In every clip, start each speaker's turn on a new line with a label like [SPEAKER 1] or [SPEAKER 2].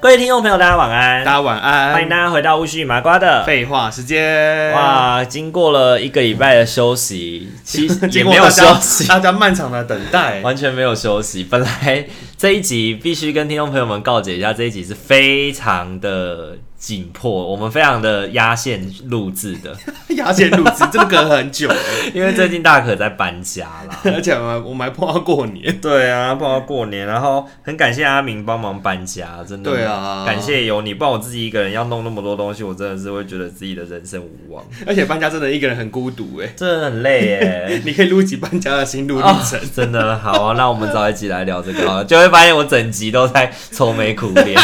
[SPEAKER 1] 各位听众朋友，大家晚安
[SPEAKER 2] 大，家晚安。
[SPEAKER 1] 欢迎大家回到巫师与麻瓜的。
[SPEAKER 2] 废话时间，，
[SPEAKER 1] 哇，经过了一个礼拜的休息，其 实也
[SPEAKER 2] 经过
[SPEAKER 1] 没有
[SPEAKER 2] 大
[SPEAKER 1] 休
[SPEAKER 2] 家
[SPEAKER 1] 息，
[SPEAKER 2] 大家漫长的等待，
[SPEAKER 1] 完全没有休息。本来这一集必须跟听众朋友们告解一下，这一集是非常的紧迫，我们非常的压线录制的，
[SPEAKER 2] 牙签入职，这个隔很久了，
[SPEAKER 1] 因为最近大可在搬家啦。
[SPEAKER 2] 而且我们我们还碰到过年。
[SPEAKER 1] 对啊，不好过年，然后很感谢阿明帮忙搬家，真的。
[SPEAKER 2] 对啊
[SPEAKER 1] 感谢有你，不然我自己一个人要弄那么多东西，我真的是会觉得自己的人生无望，
[SPEAKER 2] 而且搬家真的一个人很孤独哎，。
[SPEAKER 1] 真的很累耶
[SPEAKER 2] 你可以录一集搬家的心路 历
[SPEAKER 1] 哦
[SPEAKER 2] 程。，
[SPEAKER 1] 真的好啊！那我们早一集来聊这个好了，就会发现我整集都在愁眉苦 脸。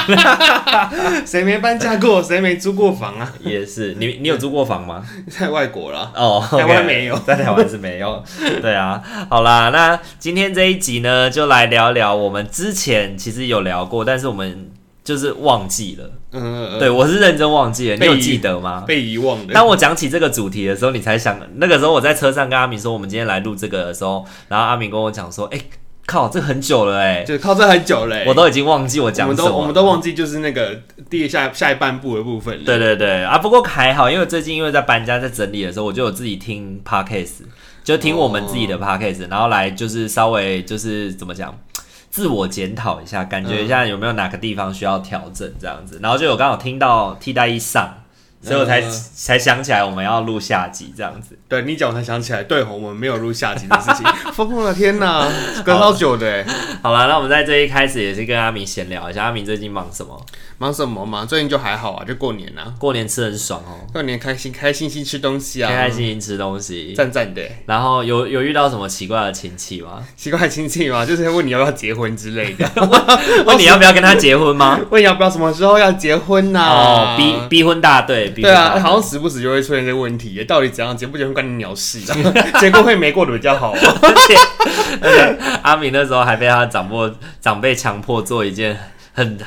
[SPEAKER 2] 谁没搬家过？谁没租过房啊？
[SPEAKER 1] 也是，你你有租过房吗？
[SPEAKER 2] 在外国啦，
[SPEAKER 1] 哦，
[SPEAKER 2] 台湾没有
[SPEAKER 1] 在台湾是没有。对啊，好啦，那今天这一集呢，就来聊聊我们之前其实有聊过，但是我们就是忘记了。
[SPEAKER 2] 嗯，
[SPEAKER 1] 对，我是认真忘记了，你
[SPEAKER 2] 被
[SPEAKER 1] 有记得吗？
[SPEAKER 2] 被遗忘的。
[SPEAKER 1] 当我讲起这个主题的时候，你才想，那个时候我在车上跟阿明说我们今天来录这个的时候，然后阿明跟我讲说，哎、靠，这很久了哎、
[SPEAKER 2] 就靠这很久嘞，
[SPEAKER 1] 我都已经忘记我
[SPEAKER 2] 我
[SPEAKER 1] 讲
[SPEAKER 2] 们
[SPEAKER 1] 什
[SPEAKER 2] 都
[SPEAKER 1] 么
[SPEAKER 2] 我们都忘记就是那个第下下一半部的部分了。
[SPEAKER 1] 对对对啊，不过还好，因为最近因为在搬家在整理的时候，我就有自己听 podcast，就听我们自己的 podcast，、然后来就是稍微就是怎么讲。自我检讨一下，感觉一下有没有哪个地方需要调整，这样子。然后就有刚好听到替代一上，所以我才、
[SPEAKER 2] 嗯
[SPEAKER 1] 才想起来我们要录下集这样子。
[SPEAKER 2] 对你讲，我才想起来，对吼，我们没有录下集的 事情，疯了！天哪，隔好久的欸，
[SPEAKER 1] 好了，那我们在这一开始也是跟阿明闲聊一下，阿明最近忙什么？
[SPEAKER 2] 忙什么忙？最近就还好啊，就过年啊，
[SPEAKER 1] 过年吃得很爽哦，
[SPEAKER 2] 过年开心开心心吃东西啊，
[SPEAKER 1] 开开心心吃东西。
[SPEAKER 2] 赞赞的欸。
[SPEAKER 1] 然后有有遇到什么奇怪的亲戚吗？
[SPEAKER 2] 奇怪的亲戚嘛，就是问你要不要结婚之类 的，
[SPEAKER 1] 问你要不要跟他结婚吗？
[SPEAKER 2] 问你要不要什么时候要结婚呐、
[SPEAKER 1] 哦，逼逼婚大队，逼
[SPEAKER 2] 啊对
[SPEAKER 1] 婚大
[SPEAKER 2] 啊，
[SPEAKER 1] 队
[SPEAKER 2] 好像时不时就会出现这个问题耶，到底怎样结不结婚关你鸟事 啊？结过会没过的比较好、啊。
[SPEAKER 1] 而且而且 阿明那时候还被他长辈长辈强迫做一件很。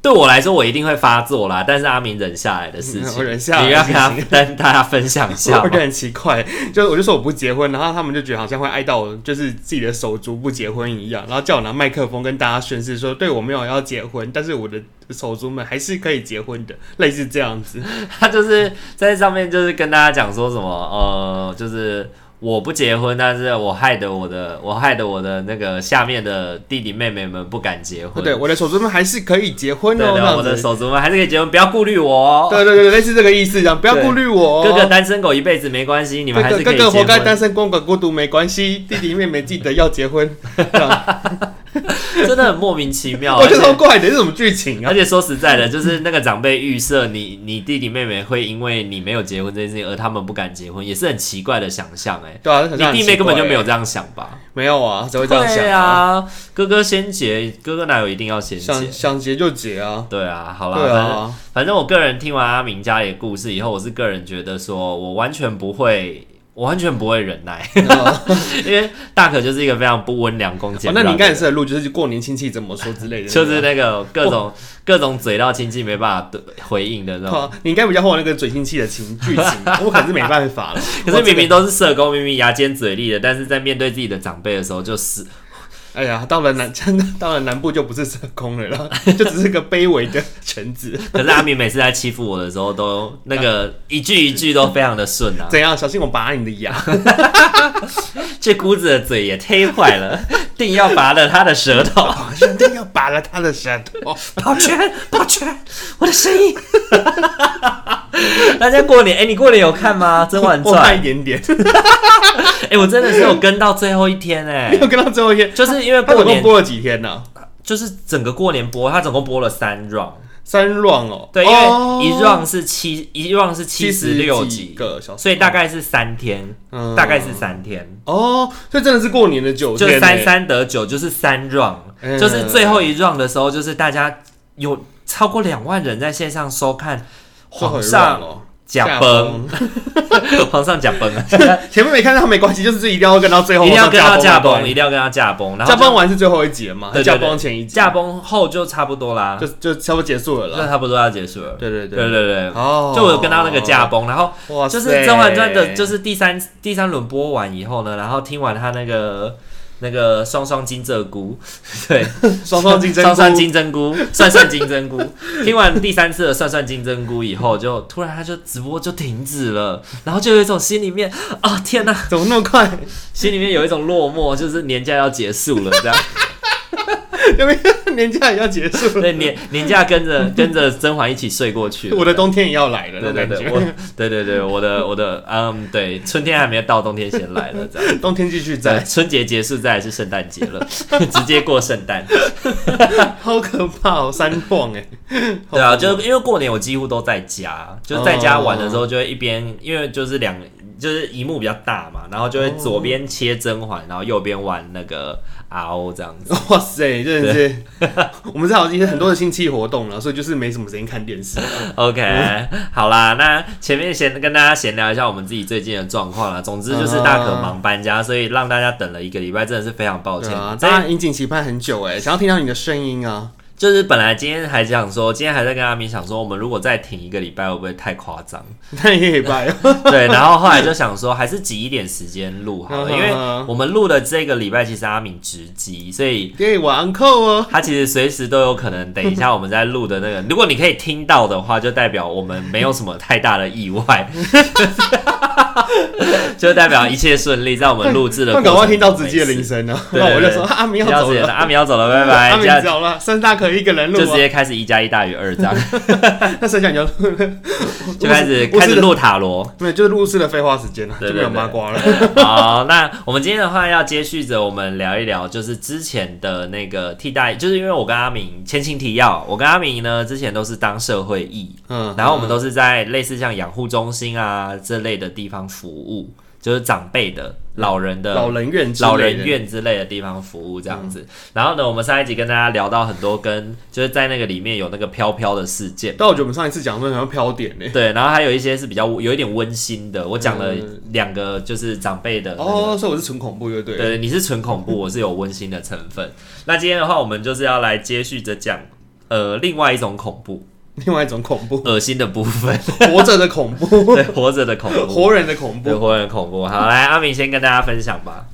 [SPEAKER 1] 对我来说，我一定会发作啦，但是阿明忍下来的事情，
[SPEAKER 2] 嗯我忍下来
[SPEAKER 1] 你
[SPEAKER 2] 的
[SPEAKER 1] 要跟他
[SPEAKER 2] 事情
[SPEAKER 1] 跟大家分享一下
[SPEAKER 2] 我
[SPEAKER 1] 吗
[SPEAKER 2] 觉得很奇怪，就是我就说我不结婚，然后他们就觉得好像会爱到我就是自己的手足不结婚一样，然后叫我拿麦克风跟大家宣誓说，对我没有要结婚，但是我的手足们还是可以结婚的，类似这样子。
[SPEAKER 1] 他就是在上面就是跟大家讲说什么呃，就是我不结婚，但是我害得我的我害得我的那个下面的弟弟妹妹们不敢结婚，
[SPEAKER 2] 对，我的手足们还是可以结婚
[SPEAKER 1] 对
[SPEAKER 2] 哦，这
[SPEAKER 1] 的，我
[SPEAKER 2] 样
[SPEAKER 1] 的
[SPEAKER 2] 子。
[SPEAKER 1] 手足们还是可以结婚，不要顾虑我哦。
[SPEAKER 2] 对对对，类似这个意思，这样不要
[SPEAKER 1] 对
[SPEAKER 2] 顾虑我、哦。
[SPEAKER 1] 哥哥单身狗一辈子没关系，你们还
[SPEAKER 2] 哥
[SPEAKER 1] 是
[SPEAKER 2] 哥
[SPEAKER 1] 可
[SPEAKER 2] 哥
[SPEAKER 1] 以
[SPEAKER 2] 哥
[SPEAKER 1] 结
[SPEAKER 2] 活该单
[SPEAKER 1] 婚。
[SPEAKER 2] 身，光管孤独没关系。弟弟妹妹记得要结婚，这样
[SPEAKER 1] 真的很莫名其妙，
[SPEAKER 2] 我
[SPEAKER 1] 而
[SPEAKER 2] 觉得超
[SPEAKER 1] 且
[SPEAKER 2] 怪的，这是什么剧情啊
[SPEAKER 1] 而？且说实在的，就是那个长辈预设你你弟弟妹妹会因为你没有结婚这件事情而他们不敢结婚，也是很奇怪的想象哎、
[SPEAKER 2] 对啊，好
[SPEAKER 1] 你
[SPEAKER 2] 像很
[SPEAKER 1] 弟妹根本就没有
[SPEAKER 2] 奇
[SPEAKER 1] 这样想吧？
[SPEAKER 2] 怪没有啊，只会这样想
[SPEAKER 1] 对。啊，哥哥先结，哥哥哪有一定要先
[SPEAKER 2] 想
[SPEAKER 1] 结？
[SPEAKER 2] 想结就结啊，
[SPEAKER 1] 对啊，好啦，
[SPEAKER 2] 对
[SPEAKER 1] 反正
[SPEAKER 2] 啊，
[SPEAKER 1] 反正我个人听完阿明家里的故事以后，我是个人觉得说，我完全不会，我完全不会忍耐， 因为大可就是一个非常不温良恭俭
[SPEAKER 2] 啊哦，
[SPEAKER 1] 让
[SPEAKER 2] 那
[SPEAKER 1] 的人、
[SPEAKER 2] 你应该很适合录，就是过年亲戚怎么说之类的。
[SPEAKER 1] 就是那个各种各种嘴到亲戚没办法对回应的那
[SPEAKER 2] 对
[SPEAKER 1] 种。
[SPEAKER 2] 啊，你应该比较会有那个嘴亲戚的情 剧情，我可能是没办法了。
[SPEAKER 1] 可是明明都是社工，明明牙尖嘴利的，但是在面对自己的长辈的时候， 就是
[SPEAKER 2] 哎呀，到了南，真的到了南部就不是社工了啦，就只是个卑微的臣子。
[SPEAKER 1] 可是阿明每次在欺负我的时候，都那个一句一句都非常的顺啊。
[SPEAKER 2] 怎样？小心我拔你的 牙！
[SPEAKER 1] 这姑子的嘴也忒坏 了，定要拔了她的舌头。
[SPEAKER 2] 好像真要拔了他的舌头。
[SPEAKER 1] 跑圈，跑圈，我的声 音。大家过年，哎、你过年有看 吗？《甄嬛
[SPEAKER 2] 我慢
[SPEAKER 1] 传
[SPEAKER 2] 一点点，》
[SPEAKER 1] 哎，我真的是有跟到最后一天哎、
[SPEAKER 2] 没有跟到最后一天。
[SPEAKER 1] 就是因为过
[SPEAKER 2] 他总共
[SPEAKER 1] 年，
[SPEAKER 2] 播了几天呢、
[SPEAKER 1] 就是整个过年播，他总共播了三 round。
[SPEAKER 2] 三 round 哦。
[SPEAKER 1] 对，因为
[SPEAKER 2] 哦
[SPEAKER 1] 一 round 是七，一 round 是七十六
[SPEAKER 2] 70几
[SPEAKER 1] 集，
[SPEAKER 2] 个小时，
[SPEAKER 1] 所以大概是三天，
[SPEAKER 2] 嗯
[SPEAKER 1] 大概是三天。
[SPEAKER 2] 哦，所以真的是过年的九
[SPEAKER 1] 就
[SPEAKER 2] 天欸，
[SPEAKER 1] 三三嗯得九，就是三 round，、
[SPEAKER 2] 嗯
[SPEAKER 1] 就是最后一 round 的时候，就是大家有超过两万人在线上收看。皇上
[SPEAKER 2] 哦，
[SPEAKER 1] 假崩， 皇上假崩啊，
[SPEAKER 2] 前面没看到没关系，就是一定要跟到最 后，
[SPEAKER 1] 一定要跟他驾崩，一
[SPEAKER 2] 架
[SPEAKER 1] 定要跟他驾崩，然后
[SPEAKER 2] 驾崩完是最后一集了嘛？
[SPEAKER 1] 对对
[SPEAKER 2] 驾
[SPEAKER 1] 对
[SPEAKER 2] 崩前一集，
[SPEAKER 1] 驾崩后就差不多啦
[SPEAKER 2] 就，就差不多结束了
[SPEAKER 1] 就
[SPEAKER 2] 啦。
[SPEAKER 1] 差不多要结束了。
[SPEAKER 2] 对对
[SPEAKER 1] 对对对，
[SPEAKER 2] 哦，
[SPEAKER 1] 就我有跟他那个驾，崩，然后
[SPEAKER 2] 哇塞，
[SPEAKER 1] 就是《甄嬛传》的，就是第三第三轮播完以后呢，然后听完他那个那个双双金鹧鸪， 对，
[SPEAKER 2] 双双哦竞争，
[SPEAKER 1] 双双金针菇，算算金针菇。 听完第三次的算算金针菇以后，就突然他就直播就停止了，然后就有一种心里面啊、天哪、
[SPEAKER 2] 怎么那么快？
[SPEAKER 1] 心里面有一种落寞，就是年假要结束了 这样。
[SPEAKER 2] 因为年假也要结束了，
[SPEAKER 1] 对，年年假跟着跟着甄嬛一起睡过去了。
[SPEAKER 2] 我的冬天也要来了，
[SPEAKER 1] 对对
[SPEAKER 2] 那种感
[SPEAKER 1] 对，
[SPEAKER 2] 觉。
[SPEAKER 1] 我对对对，我的我的嗯，对，春天还没到，冬天先来了这样。
[SPEAKER 2] 冬天继续
[SPEAKER 1] 在
[SPEAKER 2] 在，
[SPEAKER 1] 呃春节结束，再来是圣诞节了， 直接过圣诞。
[SPEAKER 2] 好可怕哦，三晃哎，
[SPEAKER 1] 对啊，就因为过年我几乎都在家，就是在家玩的时候就会一边，因为就是两就是荧幕比较大嘛，然后就会左边切甄嬛，然后右边玩那个 RO 这样 子。
[SPEAKER 2] 哇塞，真的是， 我们这好像有很多的亲戚活动了，所以就是没什么时间看电视。
[SPEAKER 1] OK，好啦，那前面先跟大家闲聊一下我们自己最近的状况啦。总之就是大可忙搬家，所以让大家等了一个礼拜，真的是非常抱
[SPEAKER 2] 对
[SPEAKER 1] 歉。
[SPEAKER 2] 啊，
[SPEAKER 1] 这
[SPEAKER 2] 大家引颈期盼很久哎，想要听到你的声音啊。
[SPEAKER 1] 就是本来今天还想说，今天还在跟阿明想说，我们如果再停一个礼拜，会不会太夸张？
[SPEAKER 2] 那也礼拜，
[SPEAKER 1] 对，然后后来就想说，还是挤一点时间录好了，因
[SPEAKER 2] 嗯
[SPEAKER 1] 为我们录的这个礼拜其实阿敏直击，所以
[SPEAKER 2] 对，我 uncle 哦。
[SPEAKER 1] 他其实随时都有可能。等一下我们在录的那个，如果你可以听到的话，就代表我们没有什么太大的意外，就代表一切顺利。在我们录制的
[SPEAKER 2] 那
[SPEAKER 1] 过程
[SPEAKER 2] 搞
[SPEAKER 1] 中，
[SPEAKER 2] 不好听到直接的铃
[SPEAKER 1] 声，
[SPEAKER 2] 声呢，
[SPEAKER 1] 对
[SPEAKER 2] 然后我就说啊阿明要
[SPEAKER 1] 要
[SPEAKER 2] 走
[SPEAKER 1] 直接
[SPEAKER 2] 了，
[SPEAKER 1] 阿敏要走了，拜拜，
[SPEAKER 2] 阿
[SPEAKER 1] 这
[SPEAKER 2] 明
[SPEAKER 1] 样
[SPEAKER 2] 走了，剩大可一个人录
[SPEAKER 1] 就直
[SPEAKER 2] 啊，
[SPEAKER 1] 接开始一加一大于二 这样，
[SPEAKER 2] 那剩下你就
[SPEAKER 1] 就开始
[SPEAKER 2] 我
[SPEAKER 1] 开始录塔罗。
[SPEAKER 2] 没有，就是录制的废话时间了，
[SPEAKER 1] 对
[SPEAKER 2] 就没有
[SPEAKER 1] 对对
[SPEAKER 2] 八卦了。
[SPEAKER 1] 好，那我们今天的话要接续着我们聊一聊，就是之前的那个替代，就是因为我跟阿明前情提要，我跟阿明呢之前都是当社会义，
[SPEAKER 2] 嗯
[SPEAKER 1] 然后我们都是在类似像养护中心啊这类的地方服务，就是长辈的、老人的、
[SPEAKER 2] 老人院之类的，
[SPEAKER 1] 老人院之类的地方服务这样子。然后呢，我们上一集跟大家聊到很多跟就是在那个里面有那个飘飘的事件。
[SPEAKER 2] 但我觉得我们上一次讲的好像飘点呢。
[SPEAKER 1] 对，然后还有一些是比较有一点温馨的，我讲了
[SPEAKER 2] 嗯
[SPEAKER 1] 两个就是长辈的、那个
[SPEAKER 2] 哦，所以我是纯恐怖乐队。
[SPEAKER 1] 对，你是纯恐怖，我是有温馨的成 分。那今天的话，我们就是要来接续着讲，呃，另外一种恐怖，
[SPEAKER 2] 另外一种恐怖，
[SPEAKER 1] 恶心的部 分，
[SPEAKER 2] 活着的恐怖，
[SPEAKER 1] 对，活着的恐 怖，
[SPEAKER 2] 活人的恐
[SPEAKER 1] 对，
[SPEAKER 2] 怖。
[SPEAKER 1] 活人恐
[SPEAKER 2] 嗯
[SPEAKER 1] 怖。好，来，阿明先跟大家分享吧。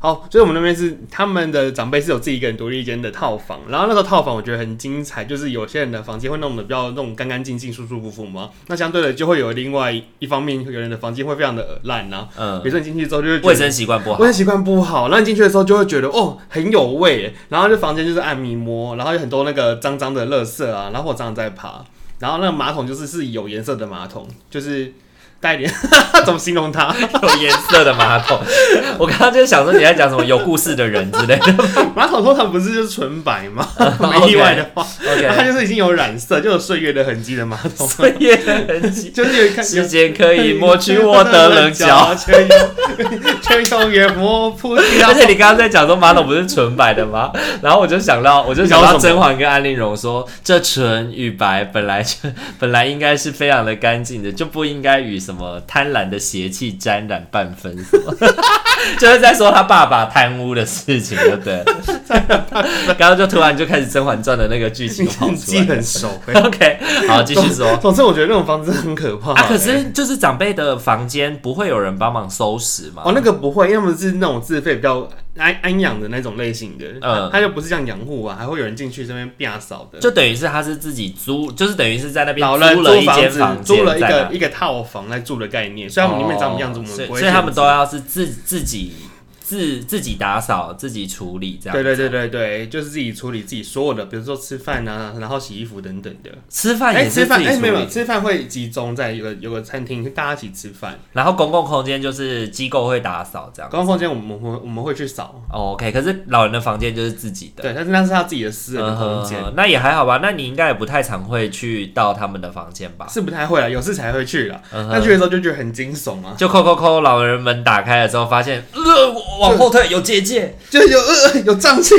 [SPEAKER 2] 好，所以我们那边是他们的长辈是有自己一个人独立一间的套房，然后那个套房我觉得很精彩，就是有些人的房间会弄得比较那种干干净净、舒舒服服嘛，那相对的就会有另外一方面，有人的房间会非常的烂呐、啊。
[SPEAKER 1] 嗯
[SPEAKER 2] 比，如说你进去之后就会觉
[SPEAKER 1] 卫
[SPEAKER 2] 得
[SPEAKER 1] 生习惯不 好
[SPEAKER 2] 卫，生习惯不好，然后你进去的时候就会觉得哦很有味耶，然后这房间就是按迷摸，然后有很多那个脏脏的垃圾啊，然后我常常在爬，然后那个马桶就是是有颜色的马桶，就是带一点 怎么形容它？
[SPEAKER 1] 有颜色的马桶。 我刚刚就想说你在讲什么有故事的人之类 的。
[SPEAKER 2] 马桶通常不是就是纯白 吗？没意外的话，它
[SPEAKER 1] OK，
[SPEAKER 2] 就是已经有染色，就有岁月的痕迹的马桶，
[SPEAKER 1] 岁月的痕迹，
[SPEAKER 2] 就是有看
[SPEAKER 1] 时间可以抹去我的棱角。，
[SPEAKER 2] 却又 却又也磨不掉
[SPEAKER 1] 而。且你刚刚在讲说马桶不是纯白的吗？ 然后我就想到，我就想到
[SPEAKER 2] 你要什么
[SPEAKER 1] 甄嬛跟安陵容说，这纯与白本来就 本来应该是非常的干净的，就不应该与什么贪婪的邪气沾染半分什么。 就是在说他爸爸贪污的事情，对不对？ 刚刚就突然就开始《甄嬛传》的那个剧情跑
[SPEAKER 2] 你
[SPEAKER 1] 出
[SPEAKER 2] 记
[SPEAKER 1] 来。
[SPEAKER 2] 很熟欸
[SPEAKER 1] OK，好，啊继续 说。
[SPEAKER 2] 总之，我觉得那种房子很可怕欸。
[SPEAKER 1] 啊，可是就是长辈的房间不会有人帮忙收拾吗？
[SPEAKER 2] 哦，那个不会，因为他们是那种自费比较安安养的那种类型的，
[SPEAKER 1] 嗯
[SPEAKER 2] 他就不是像养护啊，还会有人进去这边变扫的。
[SPEAKER 1] 就等于是他是自己租，就是等于是在那边
[SPEAKER 2] 老人
[SPEAKER 1] 租了一
[SPEAKER 2] 房
[SPEAKER 1] 间
[SPEAKER 2] 子，
[SPEAKER 1] 房间，
[SPEAKER 2] 租了一
[SPEAKER 1] 在
[SPEAKER 2] 个
[SPEAKER 1] 那哦
[SPEAKER 2] 一个套房来住的概念，所以他们里面长什么样子，我们
[SPEAKER 1] 所以
[SPEAKER 2] 不会
[SPEAKER 1] 所以他们
[SPEAKER 2] 限制
[SPEAKER 1] 都要是自自己自自己打扫、自己处理这样。
[SPEAKER 2] 对对对对对，就是自己处理自己所有的，比如说吃饭啊，然后洗衣服等等的。
[SPEAKER 1] 吃饭也是
[SPEAKER 2] 吃
[SPEAKER 1] 自
[SPEAKER 2] 饭
[SPEAKER 1] 己
[SPEAKER 2] 哎、
[SPEAKER 1] 处
[SPEAKER 2] 没有没有
[SPEAKER 1] 理，
[SPEAKER 2] 吃饭会集中在有个有个餐厅，大家一起吃饭。
[SPEAKER 1] 然后公共空间就是机构会打扫这样。
[SPEAKER 2] 公共空间我们会我们会去扫，
[SPEAKER 1] 哦 OK，可是老人的房间就是自己的。
[SPEAKER 2] 对，但是那是他自己的私人的空间
[SPEAKER 1] 嗯，哼那也还好吧。那你应该也不太常会去到他们的房间吧？
[SPEAKER 2] 是不太会啊了，有事才会去了。
[SPEAKER 1] 嗯
[SPEAKER 2] 那去的时候就觉得很惊悚啊，
[SPEAKER 1] 就扣扣扣，老人门打开的时候，发现呃我往后退有结界，
[SPEAKER 2] 就有呃有胀气，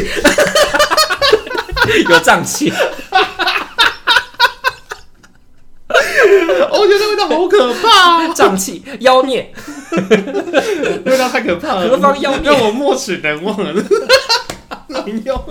[SPEAKER 1] 有瘴气。
[SPEAKER 2] 哦可 怕、哦，
[SPEAKER 1] 胀气、妖孽，
[SPEAKER 2] 味道太可怕了，
[SPEAKER 1] 何方妖孽
[SPEAKER 2] 让我莫齿难忘了。 没有，哦，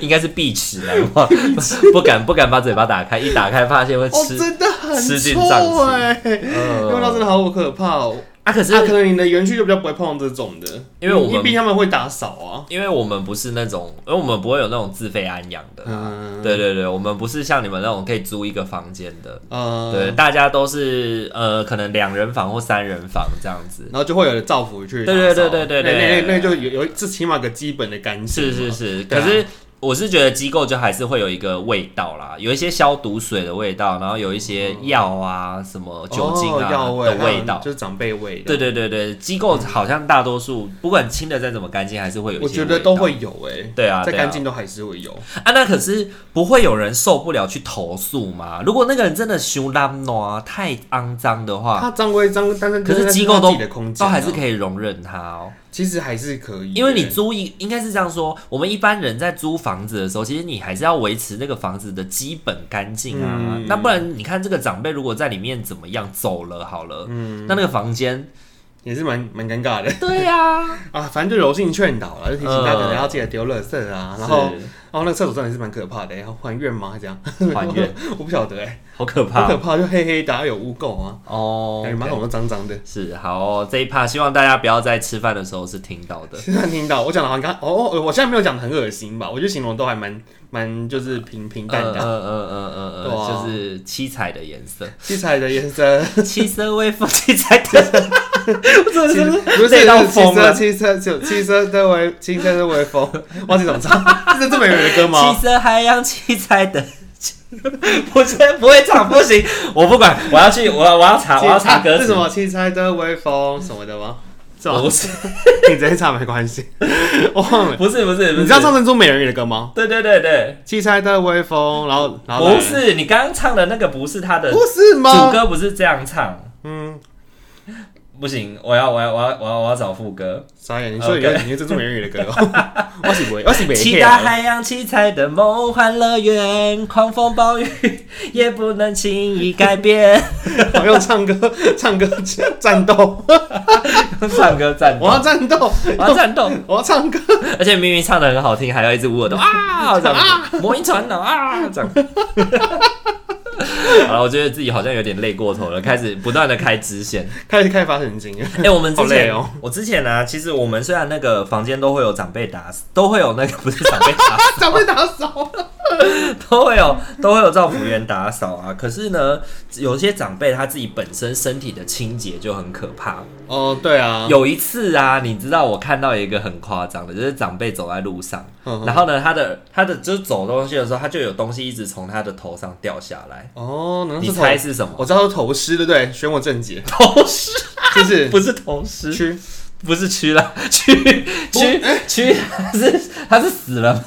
[SPEAKER 1] 应该是碧池难忘， 不敢不敢把嘴巴打开，一打开发现会吃。
[SPEAKER 2] 真的很
[SPEAKER 1] 吃进脏
[SPEAKER 2] 臭
[SPEAKER 1] 器
[SPEAKER 2] 哎、
[SPEAKER 1] 呃
[SPEAKER 2] 味道真的好可怕哦。
[SPEAKER 1] 啊，可是
[SPEAKER 2] 啊，可能你的园区就比较不会碰这种的，
[SPEAKER 1] 因为我们
[SPEAKER 2] 因为毕竟他们会打扫啊。
[SPEAKER 1] 因为我们不是那种，因为我们不会有那种自费安养的。
[SPEAKER 2] 嗯，
[SPEAKER 1] 啊对对对，我们不是像你们那种可以租一个房间的。
[SPEAKER 2] 呃，
[SPEAKER 1] 对，大家都是呃，可能两人房或三人房这样子。
[SPEAKER 2] 然后就会有人造福去打
[SPEAKER 1] 对对
[SPEAKER 2] 扫啊
[SPEAKER 1] 对对对
[SPEAKER 2] 那
[SPEAKER 1] 对
[SPEAKER 2] 那那那就有有至起码有个基本的干净
[SPEAKER 1] 是
[SPEAKER 2] 嘛，
[SPEAKER 1] 是是，
[SPEAKER 2] 对
[SPEAKER 1] 可
[SPEAKER 2] 啊
[SPEAKER 1] 是我是觉得机构就还是会有一个味道啦，有一些消毒水的味道，然后有一些药啊、什么酒精
[SPEAKER 2] 嗯哦
[SPEAKER 1] 啊、
[SPEAKER 2] 药味
[SPEAKER 1] 的味道
[SPEAKER 2] 还有。就是长辈味的。
[SPEAKER 1] 对对对对，机构好像大多数不管清的再怎么干净，还是会有一
[SPEAKER 2] 我
[SPEAKER 1] 些
[SPEAKER 2] 觉
[SPEAKER 1] 味道。
[SPEAKER 2] 得都会有哎、
[SPEAKER 1] 对啊，
[SPEAKER 2] 再
[SPEAKER 1] 对啊
[SPEAKER 2] 干净都还是会有。
[SPEAKER 1] 啊，那可是不会有人受不了去投诉吗？如果那个人真的修烂喏，太肮脏的话，
[SPEAKER 2] 它脏归脏，但是
[SPEAKER 1] 啊可
[SPEAKER 2] 但
[SPEAKER 1] 是
[SPEAKER 2] 是
[SPEAKER 1] 机构
[SPEAKER 2] 它
[SPEAKER 1] 都
[SPEAKER 2] 自己的空间、
[SPEAKER 1] 都
[SPEAKER 2] 啊、
[SPEAKER 1] 还是可以容忍他哦。
[SPEAKER 2] 其实还是可以欸，
[SPEAKER 1] 因为你租一应该是这样说，我们一般人在租房子的时候，其实你还是要维持那个房子的基本干净啊。
[SPEAKER 2] 嗯
[SPEAKER 1] 那不然你看这个长辈如果在里面怎么样走了好了，
[SPEAKER 2] 嗯
[SPEAKER 1] 那那个房 间，
[SPEAKER 2] 也是蛮蛮尴尬的
[SPEAKER 1] 对呀、
[SPEAKER 2] 啊。反正就柔性劝导了，就提醒大家
[SPEAKER 1] 呃
[SPEAKER 2] 可能要记得丢垃圾啊。然后哦，那个厕所真的是蛮可怕的欸，要还愿吗？还是这样
[SPEAKER 1] 是还原，
[SPEAKER 2] 我不晓得哎，
[SPEAKER 1] 好可
[SPEAKER 2] 好
[SPEAKER 1] 怕
[SPEAKER 2] 可怕，就黑黑的，还有污垢啊，
[SPEAKER 1] 哦
[SPEAKER 2] 感觉。马桶都脏脏的。
[SPEAKER 1] 是好哦、这一趴希望大家不要在吃饭的时候是听到的。
[SPEAKER 2] 现在听到我讲的好像刚哦，哦我现在没有讲的很恶心吧？我觉得形容都还蛮蛮就是平平淡
[SPEAKER 1] 嗯嗯
[SPEAKER 2] 淡，
[SPEAKER 1] 嗯嗯嗯
[SPEAKER 2] 对
[SPEAKER 1] 嗯，
[SPEAKER 2] 啊
[SPEAKER 1] 就是七彩的颜色，
[SPEAKER 2] 七彩的颜色，
[SPEAKER 1] 七色微风，七彩的，我真的
[SPEAKER 2] 七
[SPEAKER 1] 是
[SPEAKER 2] 不
[SPEAKER 1] 累
[SPEAKER 2] 是
[SPEAKER 1] 到疯了。
[SPEAKER 2] 七色七色就七色的微七色的微风，忘记怎么唱， 这是这么有名的歌吗
[SPEAKER 1] 七？色海洋，七彩的。 我真的不会唱，不行，我不管，我要去，我要我要查，我要查歌
[SPEAKER 2] 是
[SPEAKER 1] 词。
[SPEAKER 2] 什么？七彩的微风什么的吗？是吗
[SPEAKER 1] 我？ 不是，
[SPEAKER 2] 你直接唱没关系， 我忘了。
[SPEAKER 1] 不是，不是，不是
[SPEAKER 2] 你知道唱珍珠美人鱼的歌吗？
[SPEAKER 1] 对对对对，
[SPEAKER 2] 七彩的微风，然后然后来
[SPEAKER 1] 嗯不是，你刚刚唱的那个不是他的
[SPEAKER 2] 不是
[SPEAKER 1] 主
[SPEAKER 2] 吗？
[SPEAKER 1] 歌，不是这样唱。
[SPEAKER 2] 嗯，
[SPEAKER 1] 不行，我要，我要，我要，我要，我要找副歌。
[SPEAKER 2] 傻眼，你说你要
[SPEAKER 1] OK
[SPEAKER 2] 你珍珠美人鱼的歌哦， 我是不会，我是不会
[SPEAKER 1] 七
[SPEAKER 2] 听
[SPEAKER 1] 大
[SPEAKER 2] 啊。
[SPEAKER 1] 海洋，七彩的梦幻乐园，狂风暴雨也不能轻易改变。
[SPEAKER 2] 我用唱歌唱歌战斗，
[SPEAKER 1] 唱歌战斗，
[SPEAKER 2] 我要战斗，
[SPEAKER 1] 我要战斗，
[SPEAKER 2] 我要唱歌。
[SPEAKER 1] 而且明明唱的很好听，还要一直捂耳朵啊， 这样子，魔音传脑啊，这 样。好了，我觉得自己好像有点累过头了，开始不断的开支线。
[SPEAKER 2] 开始开始发 神经了。
[SPEAKER 1] 哎、我们之
[SPEAKER 2] 好累
[SPEAKER 1] 前，
[SPEAKER 2] 哦
[SPEAKER 1] 我之前呢、其实我们虽然那个房间都会有长辈打扫，都会有那个不是长辈打扫，
[SPEAKER 2] 长辈 打扫，
[SPEAKER 1] 都会有都会有照服员打扫啊。可是呢，有些长辈他自己本身身体的清洁就很可怕。
[SPEAKER 2] 哦，对啊，
[SPEAKER 1] 有一次啊，你知道我看到一个很夸张的，就是长辈走在路上，
[SPEAKER 2] 嗯
[SPEAKER 1] 然后呢，他的他的就是走东西的时候，他就有东西一直从他的头上掉下来。
[SPEAKER 2] 哦，难道
[SPEAKER 1] 你
[SPEAKER 2] 是
[SPEAKER 1] 猜
[SPEAKER 2] 头？
[SPEAKER 1] 嗯是什么？
[SPEAKER 2] 我知道是头虱，对不对？选我正解，
[SPEAKER 1] 头虱，
[SPEAKER 2] 就是
[SPEAKER 1] 不是头虱，
[SPEAKER 2] 蛆，
[SPEAKER 1] 不是蛆 啦，蛆蛆蛆，它是它是死 了吗？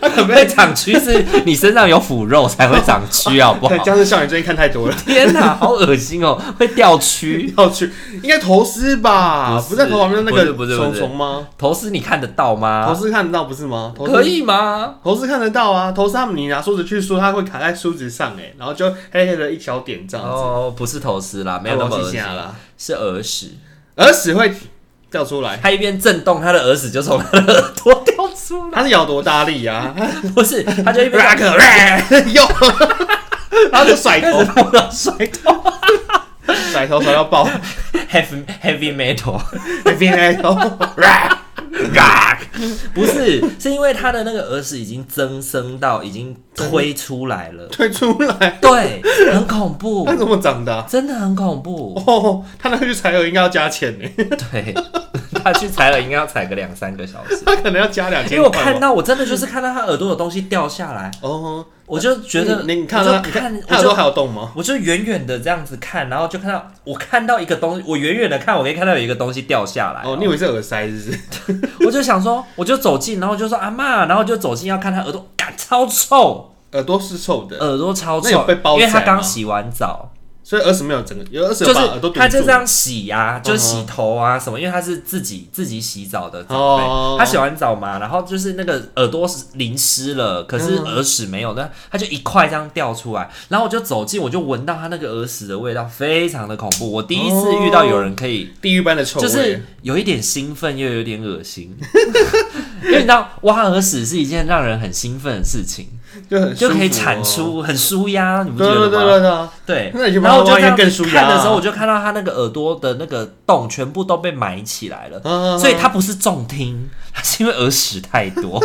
[SPEAKER 2] 他可能
[SPEAKER 1] 会
[SPEAKER 2] 被？
[SPEAKER 1] 长蛆是你身上有腐肉才会长蛆，好不 好
[SPEAKER 2] 僵尸校园最近看太多了，
[SPEAKER 1] 天哪，好恶心哦，会掉蛆。
[SPEAKER 2] 要去应该头虱吧？
[SPEAKER 1] 不是
[SPEAKER 2] 不是在头旁边那个
[SPEAKER 1] 不是不是不
[SPEAKER 2] 虫
[SPEAKER 1] 是
[SPEAKER 2] 虫吗？
[SPEAKER 1] 头虱你看得到
[SPEAKER 2] 头
[SPEAKER 1] 吗？
[SPEAKER 2] 虱看得到不是吗？头虱
[SPEAKER 1] 可，以吗？
[SPEAKER 2] 头虱看得到啊。头虱他们你拿梳子去梳，它会卡在梳子上哎，然后就黑黑的一小点这样子，
[SPEAKER 1] 哦，不是头虱啦，没有那么
[SPEAKER 2] 忘
[SPEAKER 1] 恶
[SPEAKER 2] 记
[SPEAKER 1] 心，
[SPEAKER 2] 下了，
[SPEAKER 1] 是耳屎。
[SPEAKER 2] 啊耳屎会掉出来。
[SPEAKER 1] 它一边震动，它的耳屎就从它的耳朵掉出来。
[SPEAKER 2] 它是咬多大力啊？
[SPEAKER 1] 不是，它就一边
[SPEAKER 2] Rock，又， 然后就甩头，
[SPEAKER 1] 碰到摔到
[SPEAKER 2] 甩头甩到爆，哎
[SPEAKER 1] heavy heavy metal，
[SPEAKER 2] 还变黑头，
[SPEAKER 1] 不是，是因为它的那个耳屎已经增生到已经推出来了，
[SPEAKER 2] 退出来。
[SPEAKER 1] 对，很恐怖
[SPEAKER 2] 它，怎么长的啊、
[SPEAKER 1] 真的很恐怖。
[SPEAKER 2] 哦，他那个去采耳应该要加钱欸呢，
[SPEAKER 1] 对，他去采耳应该要采个两三个小时，
[SPEAKER 2] 他可能要加两
[SPEAKER 1] 因
[SPEAKER 2] 千
[SPEAKER 1] 为
[SPEAKER 2] 块
[SPEAKER 1] 我
[SPEAKER 2] 吧。
[SPEAKER 1] 看到我真的就是看到他耳朵有东西掉下来，
[SPEAKER 2] 哦，
[SPEAKER 1] 我就觉得
[SPEAKER 2] 你你看
[SPEAKER 1] 我
[SPEAKER 2] 到
[SPEAKER 1] 就
[SPEAKER 2] 他
[SPEAKER 1] 看
[SPEAKER 2] 他
[SPEAKER 1] 嗯我
[SPEAKER 2] 耳朵
[SPEAKER 1] 就。
[SPEAKER 2] 还有洞吗？
[SPEAKER 1] 我就远远的这样子看，然后就看到我看到一个东西，我远远的看，我可以看到有一个东西掉下来。
[SPEAKER 2] 哦，你以为是耳塞是不是？
[SPEAKER 1] 我就想说，我就走近，然后就说阿嬷，然后就走近要看他耳朵，干超臭，
[SPEAKER 2] 耳朵是臭的，
[SPEAKER 1] 耳朵超
[SPEAKER 2] 那有
[SPEAKER 1] 臭，
[SPEAKER 2] 被包起
[SPEAKER 1] 因
[SPEAKER 2] 来
[SPEAKER 1] 为他刚
[SPEAKER 2] 吗
[SPEAKER 1] 洗完澡，
[SPEAKER 2] 所以耳屎没有整个，有耳屎
[SPEAKER 1] 就是
[SPEAKER 2] 有把耳朵堵住。
[SPEAKER 1] 他就这样洗呀、就是洗
[SPEAKER 2] 嗯哼
[SPEAKER 1] 头啊什么，因为他是自己自己洗澡的长辈，
[SPEAKER 2] 哦，
[SPEAKER 1] 他洗完澡嘛，然后就是那个耳朵是淋湿了，可是
[SPEAKER 2] 嗯
[SPEAKER 1] 耳屎没有，但他就一块这样掉出来，然后我就走近，我就闻到他那个耳屎的味道，非常的恐怖。我第一次
[SPEAKER 2] 哦
[SPEAKER 1] 遇到有人可以，
[SPEAKER 2] 地狱般的臭味，
[SPEAKER 1] 就是有一点兴奋又有点恶心， 因为你知道挖耳屎是一件让人很兴奋的事情，
[SPEAKER 2] 就很舒服哦
[SPEAKER 1] 就可以产。出很舒压，你不
[SPEAKER 2] 对
[SPEAKER 1] 觉得吗？
[SPEAKER 2] 对对对对啊，
[SPEAKER 1] 对，
[SPEAKER 2] 那你就把
[SPEAKER 1] 然后我就
[SPEAKER 2] 它挖一
[SPEAKER 1] 这
[SPEAKER 2] 下
[SPEAKER 1] 样
[SPEAKER 2] 更舒
[SPEAKER 1] 子
[SPEAKER 2] 压啊
[SPEAKER 1] 看的时候，我就看到他那个耳朵的那个洞全部都被埋起来了，
[SPEAKER 2] 嗯
[SPEAKER 1] 所以他不是重听，他是因为耳屎太 多。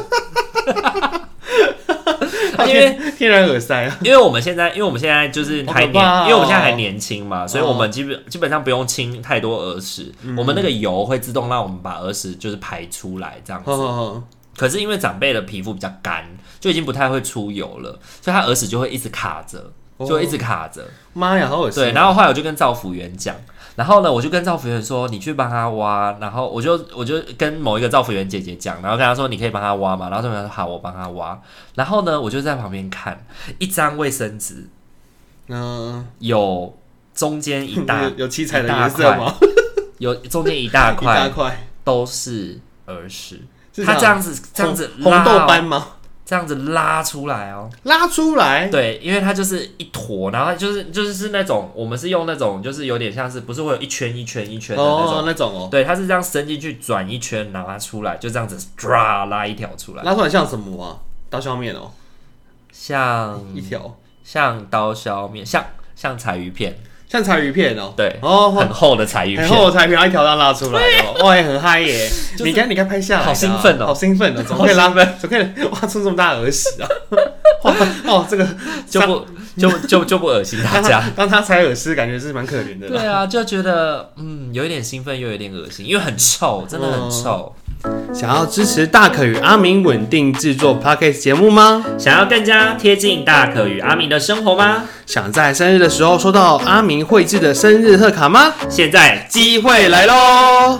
[SPEAKER 1] 啊因为
[SPEAKER 2] 天天然耳塞啊，
[SPEAKER 1] 因为我们现在，因为我们现在就是
[SPEAKER 2] 好可
[SPEAKER 1] 还年，
[SPEAKER 2] 怕哦嗯
[SPEAKER 1] 因为我们现在还年轻嘛，所以我们基本基本上不用清太多耳屎，我们那个油会自动让我们把耳屎就是排出来这样子。
[SPEAKER 2] 好好好，
[SPEAKER 1] 可是因为长辈的皮肤比较干，就已经不太会出油了，所以他耳屎就会一直卡着，就会一
[SPEAKER 2] 哦
[SPEAKER 1] 直卡着。
[SPEAKER 2] 妈呀，好恶心
[SPEAKER 1] 对，
[SPEAKER 2] 哦。
[SPEAKER 1] 然后后来我就跟赵福源讲，然后呢，我就跟赵福源说，你去帮他挖，然后我就我就跟某一个赵福源姐姐讲，然后跟她说，你可以帮他挖嘛，然后赵福源说好，我帮他挖，然后呢，我就在旁边看，一张卫生纸
[SPEAKER 2] 嗯，
[SPEAKER 1] 有中间一 大
[SPEAKER 2] 有有七彩的
[SPEAKER 1] 一大
[SPEAKER 2] 颜色吗？
[SPEAKER 1] 有中间一大
[SPEAKER 2] 一大
[SPEAKER 1] 块
[SPEAKER 2] 块，
[SPEAKER 1] 都是耳屎，
[SPEAKER 2] 是
[SPEAKER 1] 他
[SPEAKER 2] 样
[SPEAKER 1] 这样子这样子
[SPEAKER 2] 红
[SPEAKER 1] 拉、
[SPEAKER 2] 红
[SPEAKER 1] 哦、
[SPEAKER 2] 豆斑吗？
[SPEAKER 1] 这样子拉出来哦，
[SPEAKER 2] 拉出来，
[SPEAKER 1] 对，因为它就是一坨，然后它就是就是是那种我们是用那种就是有点像是不是会有一圈一圈一圈的那种。
[SPEAKER 2] 哦，那种哦，
[SPEAKER 1] 对，它是这样伸进去转一圈，拿出来，就这样子抓拉一条出来，
[SPEAKER 2] 拉出来像什么啊？刀削面哦，
[SPEAKER 1] 像
[SPEAKER 2] 一条
[SPEAKER 1] 像刀削面，像像柴鱼片，
[SPEAKER 2] 像柴鱼片哦，
[SPEAKER 1] 对，
[SPEAKER 2] 哦，
[SPEAKER 1] 很厚的柴鱼
[SPEAKER 2] 很
[SPEAKER 1] 片，
[SPEAKER 2] 厚的柴鱼片，然后一条这样拉出来哦，哇，也很嗨耶！你看，你看拍下来的啊，
[SPEAKER 1] 好兴奋哦
[SPEAKER 2] 好兴奋哦，怎么可以拉
[SPEAKER 1] 好兴奋，
[SPEAKER 2] 怎么可以挖出这么大的耳屎啊？ 哇哦，这个
[SPEAKER 1] 就不就就就不恶心大
[SPEAKER 2] 让
[SPEAKER 1] 家。
[SPEAKER 2] 他让他踩耳屎，感觉是蛮可怜的 啦。
[SPEAKER 1] 对啊，就觉得嗯，有一点兴奋，又有点恶心，因为很臭，真的很臭。
[SPEAKER 2] 想要支持大可与阿明稳定制作 podcast 节目吗？
[SPEAKER 1] 想要更加贴近大可与阿明的生活吗？
[SPEAKER 2] 想在生日的时候收到阿明绘制的生日贺卡吗？
[SPEAKER 1] 现在
[SPEAKER 2] 机会来喽！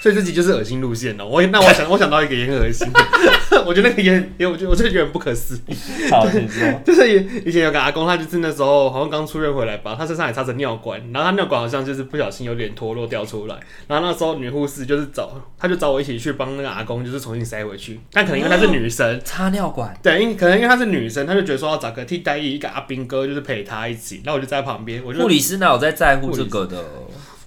[SPEAKER 2] 所以这集就是恶心路线哦。我那我想我想到一个也很恶心的， 我觉得那个也很也我觉得我真的觉得很不可思议。
[SPEAKER 1] 好，请说。
[SPEAKER 2] 就是以以前有个阿公，他就是那时候好像刚出院回来吧，他身上也插着尿管，然后他尿管好像就是不小心有点脱落掉出来，然后那时候女护士就是找他就找我一起去帮那个阿公就是重新塞回去，但可能因为她是 女生。
[SPEAKER 1] 插尿管，
[SPEAKER 2] 对，因可能因为她是女生，她就觉得说要啊找个替代役，一个阿兵哥就是陪她一起，那我就在旁边，我就
[SPEAKER 1] 护理师哪有在在乎这个的？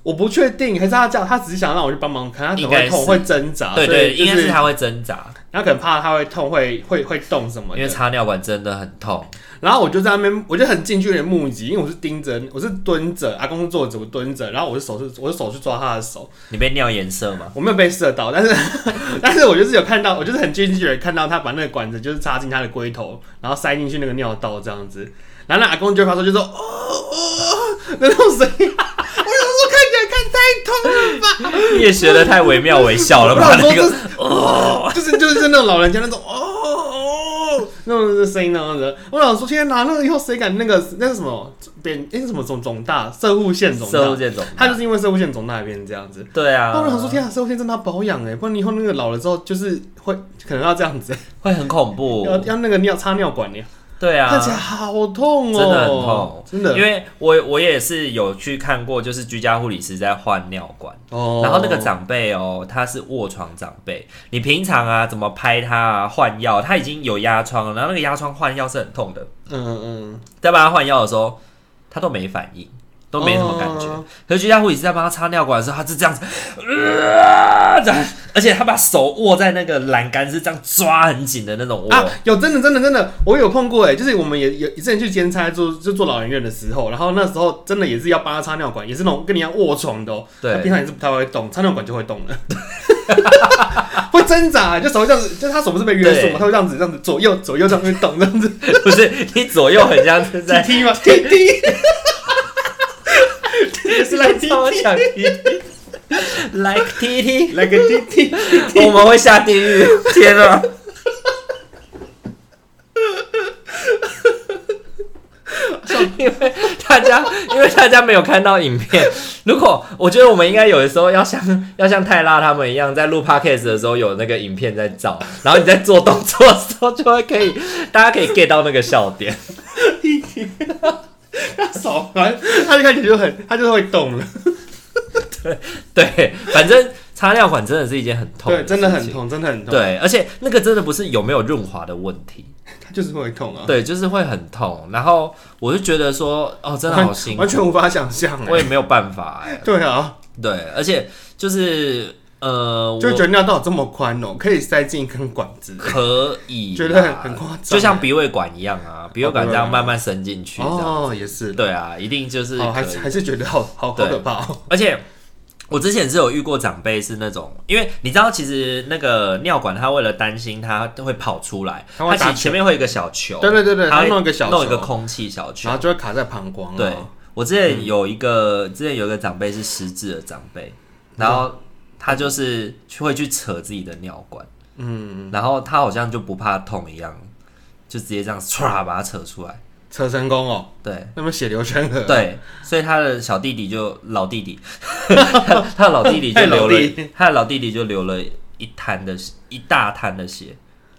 [SPEAKER 2] 我不确定，还是他叫他只是想让我去帮忙，可能他可能会痛
[SPEAKER 1] 应该
[SPEAKER 2] 会挣扎，
[SPEAKER 1] 啊对
[SPEAKER 2] 所
[SPEAKER 1] 对，
[SPEAKER 2] 以
[SPEAKER 1] 应
[SPEAKER 2] 就
[SPEAKER 1] 该是
[SPEAKER 2] 是
[SPEAKER 1] 他会挣扎，
[SPEAKER 2] 他可能怕他会痛会会会动什么
[SPEAKER 1] 因为
[SPEAKER 2] 的。
[SPEAKER 1] 插尿管真的很痛。
[SPEAKER 2] 然后我就在那边，我就很近距离地目击，因为我是盯着，我是蹲着，啊阿公是坐着，我蹲着，然后我的手是我的手去抓他的手，
[SPEAKER 1] 你被尿颜色吗？
[SPEAKER 2] 我没有被射到，但是 但是我就是有看到，我就是很近距离地看到他把那个管子就是插进他的龟头，然后塞进去那个尿道这样子，然后那阿公就发出就说哦哦那种声音， 我有时候看起来看太痛了吧。
[SPEAKER 1] 你也学的太惟妙惟肖了吧？
[SPEAKER 2] 我
[SPEAKER 1] 那
[SPEAKER 2] 想说
[SPEAKER 1] 个 哦
[SPEAKER 2] 就是就是那种老人家那种哦哦那种声音那样子。我想说，天哪，那个以后谁敢那个那个什么扁那个什么肿肿大射护腺肿
[SPEAKER 1] 射物
[SPEAKER 2] 大，
[SPEAKER 1] 这种，
[SPEAKER 2] 他就是因为射护腺肿大也变成这样子。
[SPEAKER 1] 对啊
[SPEAKER 2] 那，我想说，天啊，射护腺真的要保养哎，不然你以后那个老了之后就是会可能要这样子，
[SPEAKER 1] 会很恐怖。
[SPEAKER 2] 要要那个尿插尿管呢，
[SPEAKER 1] 哦对啊，
[SPEAKER 2] 看起来好痛哦，
[SPEAKER 1] 真的很痛
[SPEAKER 2] 真的。
[SPEAKER 1] 因为我我也是有去看过，就是居家护理师在换尿管。
[SPEAKER 2] 哦
[SPEAKER 1] 然后那个长辈哦，他是卧床长辈，你平常啊怎么拍他啊换药，他已经有压疮了，然后那个压疮换药是很痛的，
[SPEAKER 2] 嗯嗯
[SPEAKER 1] 在帮他换药的时候，他都没反应，都没什么感觉。
[SPEAKER 2] 哦
[SPEAKER 1] 可是居家护理师在帮他插尿管的时候，他是这样子，呃、这样而且他把手握在那个栏杆是这样抓很紧的那种握。
[SPEAKER 2] 啊，有真的真的真的，我有碰过哎，就是我们也有之前去兼差做就做老人院的时候，然后那时候真的也是要帮他插尿管，也是那种跟你一样卧床的哦、
[SPEAKER 1] 对
[SPEAKER 2] 他平常也是不太会动，插尿管就会动了，会挣扎，就手会这样子，就他手不是被约束
[SPEAKER 1] 对
[SPEAKER 2] 嘛，他会这样子这样子左右左右这样会动这样子，
[SPEAKER 1] 不是你左右很像是在
[SPEAKER 2] 踢踢吗？踢踢， 是来踢
[SPEAKER 1] 超
[SPEAKER 2] 踢，
[SPEAKER 1] 想 like T T，
[SPEAKER 2] 来个踢踢，
[SPEAKER 1] 我们会下地狱，天啊！因为大家因为大家没有看到影片。如果我觉得我们应该有的时候要像要像泰拉他们一样，在录 podcast 的时候有那个影片在照，然后你在做动作的时候就会可以，大家可以 get 到那个笑点。
[SPEAKER 2] 他少玩，他就看起来就很，他就会动了。
[SPEAKER 1] 对，反正擦尿管真的是一件很痛，
[SPEAKER 2] 对，真的很。痛，真的很痛。，
[SPEAKER 1] 对，而且那个真的不是有没有润滑的问题，
[SPEAKER 2] 他就是会痛啊。
[SPEAKER 1] 对，就是会很痛。然后我就觉得说，哦，真的好辛
[SPEAKER 2] 完
[SPEAKER 1] 苦
[SPEAKER 2] 完，全无法想象
[SPEAKER 1] 我
[SPEAKER 2] 欸。
[SPEAKER 1] 也没有办法哎、
[SPEAKER 2] 对啊，
[SPEAKER 1] 对，而且就是呃，
[SPEAKER 2] 就
[SPEAKER 1] 我
[SPEAKER 2] 觉得尿道有这么宽哦，可以塞进一根管子，
[SPEAKER 1] 可以啦，
[SPEAKER 2] 觉得很很夸张欸
[SPEAKER 1] 就像鼻胃管一样啊，鼻胃管这样慢慢伸进去，这样、
[SPEAKER 2] 哦，也是，
[SPEAKER 1] 对啊，一定就是
[SPEAKER 2] 哦，
[SPEAKER 1] 可
[SPEAKER 2] 还
[SPEAKER 1] 以
[SPEAKER 2] 是还是觉得好好好
[SPEAKER 1] 对
[SPEAKER 2] 可怕哦。
[SPEAKER 1] 而且我之前是有遇过长辈是那种，因为你知道，其实那个尿管它为了担心它会跑出来，
[SPEAKER 2] 它会
[SPEAKER 1] 它其
[SPEAKER 2] 打
[SPEAKER 1] 实
[SPEAKER 2] 球
[SPEAKER 1] 前面会有一个小球，
[SPEAKER 2] 对对对对，
[SPEAKER 1] 它
[SPEAKER 2] 他
[SPEAKER 1] 会
[SPEAKER 2] 弄一个小
[SPEAKER 1] 弄一个
[SPEAKER 2] 球，
[SPEAKER 1] 空气小球
[SPEAKER 2] 然，后就会卡在膀胱哦。
[SPEAKER 1] 对我之前有一个，之前有一个长辈是失智的长辈，
[SPEAKER 2] 嗯
[SPEAKER 1] 然后他就是去会去扯自己的尿管，
[SPEAKER 2] 嗯，
[SPEAKER 1] 然后他好像就不怕痛一样，就直接这样唰把它扯出来。
[SPEAKER 2] 扯成功哦，
[SPEAKER 1] 对
[SPEAKER 2] 那么血流成河。
[SPEAKER 1] 对，所以他的小弟弟就老弟 弟，他的老弟弟就流
[SPEAKER 2] 太老
[SPEAKER 1] 了，他的老弟弟就流了一滩的血一大滩的血，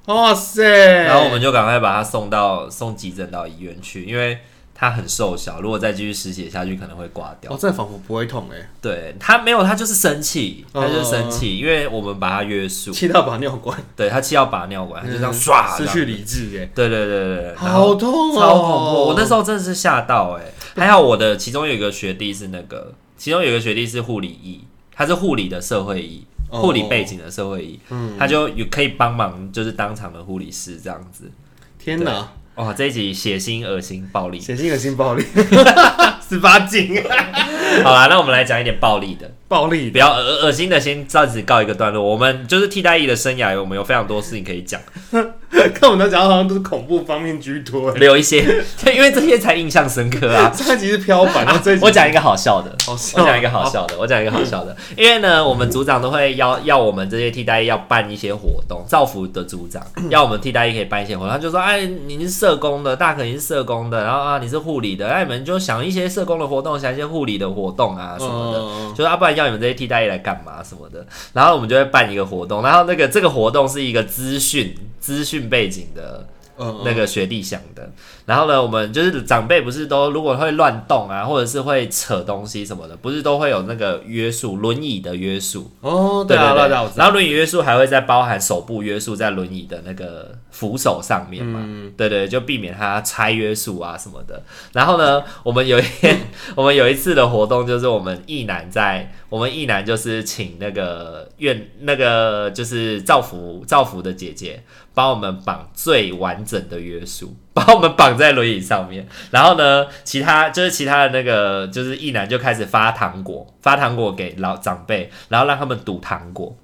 [SPEAKER 2] 哇塞！
[SPEAKER 1] 然后我们就赶快把他送到送急诊到医院去，因为他很瘦小，如果再继续失血下去可能会挂掉
[SPEAKER 2] 哦，。这仿佛不会痛哎，
[SPEAKER 1] 对他没有，他就是生气，
[SPEAKER 2] 哦
[SPEAKER 1] 他就是生气，因为我们把他约束，
[SPEAKER 2] 气到把尿管，
[SPEAKER 1] 对他气到拔尿管，他就这样
[SPEAKER 2] 嗯
[SPEAKER 1] 唰，
[SPEAKER 2] 失
[SPEAKER 1] 这样
[SPEAKER 2] 去理智哎，
[SPEAKER 1] 对对对对，对然后
[SPEAKER 2] 好痛哦，
[SPEAKER 1] 超恐怖，我那时候真的是吓到哎、还好我的其中有一个学弟是那个，其中有一个学弟是护理医，他是护理的社会医，
[SPEAKER 2] 哦嗯
[SPEAKER 1] 护理背景的社会医，他就有可以帮忙，就是当场的护理师这样子。
[SPEAKER 2] 天哪，
[SPEAKER 1] 哇，这一集血腥、恶心、暴力。
[SPEAKER 2] 血腥和性暴力，十八禁，
[SPEAKER 1] 好啦，那我们来讲一点暴力的。
[SPEAKER 2] 暴力
[SPEAKER 1] 不要恶恶心的，先暂时告一个段落。我们就是替代役的生涯，我们有非常多事情可以 讲，
[SPEAKER 2] 的，看我们的讲好像都是恐怖方面居多哎。
[SPEAKER 1] 留一些， 因为这些才印象深刻啊。
[SPEAKER 2] 上一集是飘板，然后这一集
[SPEAKER 1] 我讲一个好笑的，哦
[SPEAKER 2] 好
[SPEAKER 1] 我
[SPEAKER 2] 笑，
[SPEAKER 1] 讲一个好笑的，我讲一个好笑的，因为呢，我们组长都会要要我们这些替代役要办一些活动，造福的组 长要我们替代役可以办一些活动，他就说，哎，你是社工的，大可你是社工的，然后啊你是护理的，那你们就想一些社工的活动，想一些护理的活动啊什么的，
[SPEAKER 2] 的，
[SPEAKER 1] 就是要、啊、不然要你们这些替代役来干嘛什么的，然后我们就会办一个活动，然后那个这个活动是一个资讯资讯背景的
[SPEAKER 2] 嗯
[SPEAKER 1] 那个学弟想的，然后呢，我们就是长辈不是都如果会乱动啊，或者是会扯东西什么的，不是都会有那个约束轮椅的约束，
[SPEAKER 2] 哦，对啊，
[SPEAKER 1] 对
[SPEAKER 2] 大家我知道，
[SPEAKER 1] 然后轮椅约束还会再包含手部约束在轮椅的那个扶手上面嘛，
[SPEAKER 2] 嗯
[SPEAKER 1] 对对，就避免它拆约束啊什么的。然后呢，我们有一天， 我们有一次的活动就是我们一男在，我们一男就是请那个院那个就是造福造福的姐姐帮我们绑最完整的约束， 把我们绑在轮椅上面。然后呢，其他就是其他的那个就是一男就开始发糖果，发糖果给老长辈，然后让他们赌糖果。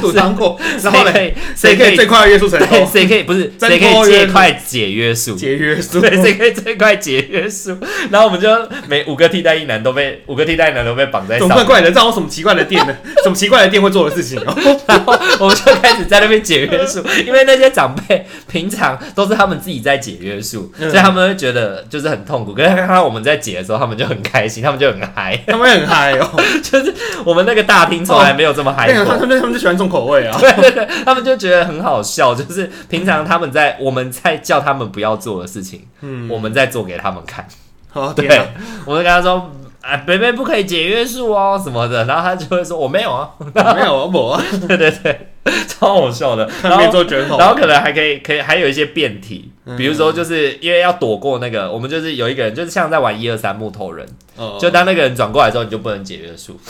[SPEAKER 2] 赌糖果，然后嘞，
[SPEAKER 1] 谁可以
[SPEAKER 2] 谁可以最快约束成
[SPEAKER 1] 对
[SPEAKER 2] 功？
[SPEAKER 1] 谁可以不是
[SPEAKER 2] 挣脱
[SPEAKER 1] 谁可以
[SPEAKER 2] 约
[SPEAKER 1] 最
[SPEAKER 2] 束
[SPEAKER 1] 快解约束？
[SPEAKER 2] 节约束，
[SPEAKER 1] 对，谁可以最快解约束？然后我们就每五个替代一男都被五个替代一男都被绑在
[SPEAKER 2] 怎
[SPEAKER 1] 上
[SPEAKER 2] 么
[SPEAKER 1] 面，
[SPEAKER 2] 怪怪的？这有什么奇怪的店 呢？什么奇怪的店会做的事情哦？
[SPEAKER 1] 然后我们就开始在那边解约束，因为那些长辈平常都是他们自己在解约束，
[SPEAKER 2] 嗯
[SPEAKER 1] 所以他们会觉得就是很痛苦。可是看到我们在解的时候，他们就很开心，他们就很嗨。
[SPEAKER 2] 他们很嗨哦，
[SPEAKER 1] 就是我们那个大厅从来没有这么嗨
[SPEAKER 2] 那个
[SPEAKER 1] 过
[SPEAKER 2] 哦他。们他们就喜欢重口味啊。
[SPEAKER 1] 对对对，他们就觉得很好笑，就是平常他们在我们在叫他们不要做的事情，
[SPEAKER 2] 嗯，
[SPEAKER 1] 我们在做给他们看。
[SPEAKER 2] 好，
[SPEAKER 1] 对
[SPEAKER 2] 对啊，，
[SPEAKER 1] 我就跟他说，哎，北北不可以解约束哦什么的，然后他就会说我没有啊，
[SPEAKER 2] 没有我啊，
[SPEAKER 1] 对对对，超好笑的。然
[SPEAKER 2] 他
[SPEAKER 1] 后
[SPEAKER 2] 们做嗯卷
[SPEAKER 1] 然
[SPEAKER 2] 筒，
[SPEAKER 1] 后可能还可以，可以还有一些变体，比如说就是因为要躲过那个，我们就是有一个人就是像在玩一二三木头人，
[SPEAKER 2] 哦
[SPEAKER 1] 就当那个人转过来之后，你就不能解约束，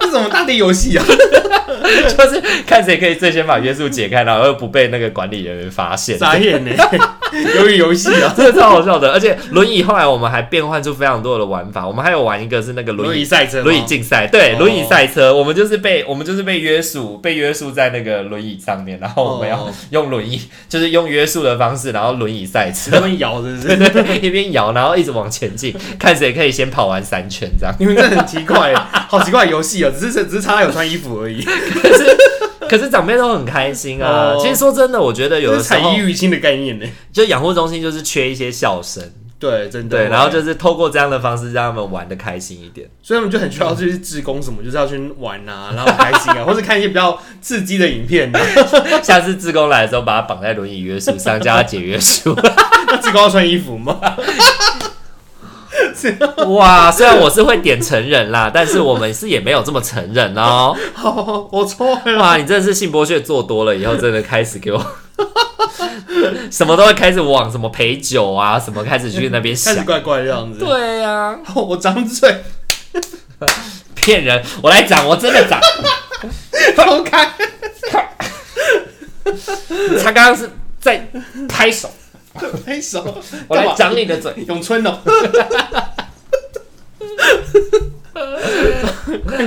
[SPEAKER 2] 这什么大地游戏 啊？
[SPEAKER 1] 就是看谁可以最先把约束解开，然后又不被那个管理人员发现。
[SPEAKER 2] 眨眼呢，鱿鱼游戏 啊，
[SPEAKER 1] 真的超好笑的，而且轮椅后来我们还变换出非常多的玩法，我们还有玩一个是那个
[SPEAKER 2] 轮
[SPEAKER 1] 轮椅
[SPEAKER 2] 椅赛车吗，
[SPEAKER 1] 轮椅竞赛，对，
[SPEAKER 2] 哦
[SPEAKER 1] 轮椅赛车，我们就是被我们就是被约束，被约束在那个轮椅上面，然后我们要
[SPEAKER 2] 哦
[SPEAKER 1] 用轮椅，就是用约束的方式，然后轮椅赛车，
[SPEAKER 2] 他们摇是不
[SPEAKER 1] 对
[SPEAKER 2] 是？
[SPEAKER 1] 对对，一边摇，然后一直往前进，看谁可以先跑完三圈这样。
[SPEAKER 2] 你们这很奇怪，欸好奇怪的游戏哦，只是只是差有穿衣服而已，
[SPEAKER 1] 可是可是长辈都很开心啊。
[SPEAKER 2] 哦
[SPEAKER 1] 其实说真的，我觉得有
[SPEAKER 2] 这
[SPEAKER 1] 的
[SPEAKER 2] 是
[SPEAKER 1] 时
[SPEAKER 2] 彩
[SPEAKER 1] 候
[SPEAKER 2] 衣娱亲的概念呢。
[SPEAKER 1] 就养护中心就是缺一些笑声，
[SPEAKER 2] 对，真的。
[SPEAKER 1] 对，然后就是透过这样的方式让他们玩的开心一点。
[SPEAKER 2] 所以他们就很需要去志工什么，就是要去玩啊，然后很开心啊，或者看一些比较刺激的影片啊。
[SPEAKER 1] 下次志工来的时候，把他绑在轮椅约束上，叫他解约束。
[SPEAKER 2] 那志工要穿衣服吗？
[SPEAKER 1] 哇，虽然我是会点成人啦，但是我们是也没有这么成人哦。
[SPEAKER 2] 好， 我错了。
[SPEAKER 1] 哇，你真的是性剥削做多了以后，真的开始给我 什么都会开始往什么陪酒啊，什么开始去那边
[SPEAKER 2] 开始
[SPEAKER 1] 想。
[SPEAKER 2] 怪怪的样子。
[SPEAKER 1] 对啊呀、
[SPEAKER 2] 哦我张嘴，
[SPEAKER 1] 骗人！我来讲，我真的 讲。
[SPEAKER 2] 放开。
[SPEAKER 1] 他刚刚是在拍手，
[SPEAKER 2] 拍手，
[SPEAKER 1] 我来
[SPEAKER 2] 干嘛
[SPEAKER 1] 长你的嘴。
[SPEAKER 2] 咏春哦。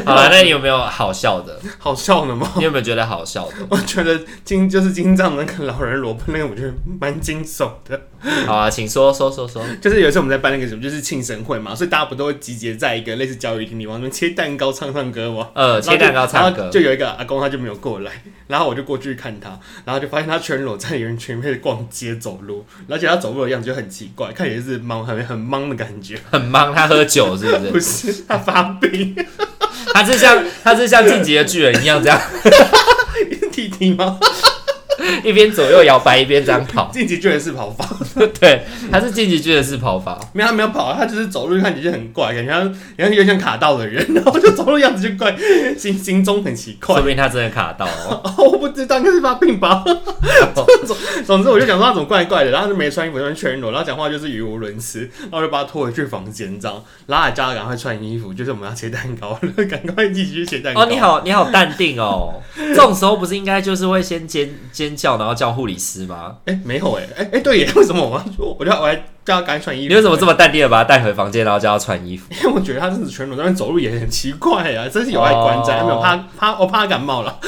[SPEAKER 1] 好了，那你有没有好笑的？
[SPEAKER 2] 好笑呢吗？
[SPEAKER 1] 你有没有觉得好笑的？
[SPEAKER 2] 我觉得金就是金藏那个老人萝卜那个，我觉得蛮惊悚的。
[SPEAKER 1] 好啊，请说说说说。
[SPEAKER 2] 就是有一次我们在办那个什么，就是庆神会嘛，所以大家不都会集结在一个类似教育厅地方，那边切蛋糕、唱唱歌吗？
[SPEAKER 1] 呃，切蛋糕唱
[SPEAKER 2] 然后
[SPEAKER 1] 歌
[SPEAKER 2] 就，就有一个阿公，他就没有过来，然后我就过去看他，然后就发现他全裸在人群里面逛街走路，而且他走路的样子就很奇怪，看起来是忙很很忙的感觉，
[SPEAKER 1] 很忙，他喝酒是不
[SPEAKER 2] 不
[SPEAKER 1] 是？
[SPEAKER 2] 是他发病，
[SPEAKER 1] 他是像他是像进击的巨人一样，这样
[SPEAKER 2] 弟弟吗？
[SPEAKER 1] 一边左右摇摆，一边这样 跑。
[SPEAKER 2] 晋级居然是跑法，
[SPEAKER 1] 对，他是进击巨人式跑 法。
[SPEAKER 2] 没有他没有跑，他就是走路看起来就很怪，感觉他然后有点像卡到的人，然后就走路样子就怪，行行踪很奇怪
[SPEAKER 1] 说。不定他真的卡到 哦。
[SPEAKER 2] 哦，我不知道，应该是发病吧。总 总之，我就想说他怎么怪怪的，然后就没穿衣服，穿全裸，然后讲话就是语无伦次，然后就把他拖回去房间这样，然后还叫他赶快穿衣服，就是我们要切蛋糕，赶快继续切蛋糕。
[SPEAKER 1] 哦，你，好，你好淡定哦。 这种时候不是应该就是会先尖尖叫，然后叫护理师 吗？
[SPEAKER 2] 哎、没有哎、哎、哎、对耶，为什么我要说，我就我还叫他赶快穿衣服？
[SPEAKER 1] 你为什么这
[SPEAKER 2] 么？
[SPEAKER 1] 么淡定的把他带回房间，然后叫他穿衣服？
[SPEAKER 2] 因为我觉得他真的全裸在那边走路也很奇怪啊，真是有碍观瞻，
[SPEAKER 1] 哦
[SPEAKER 2] 没有怕怕，我怕他感冒了。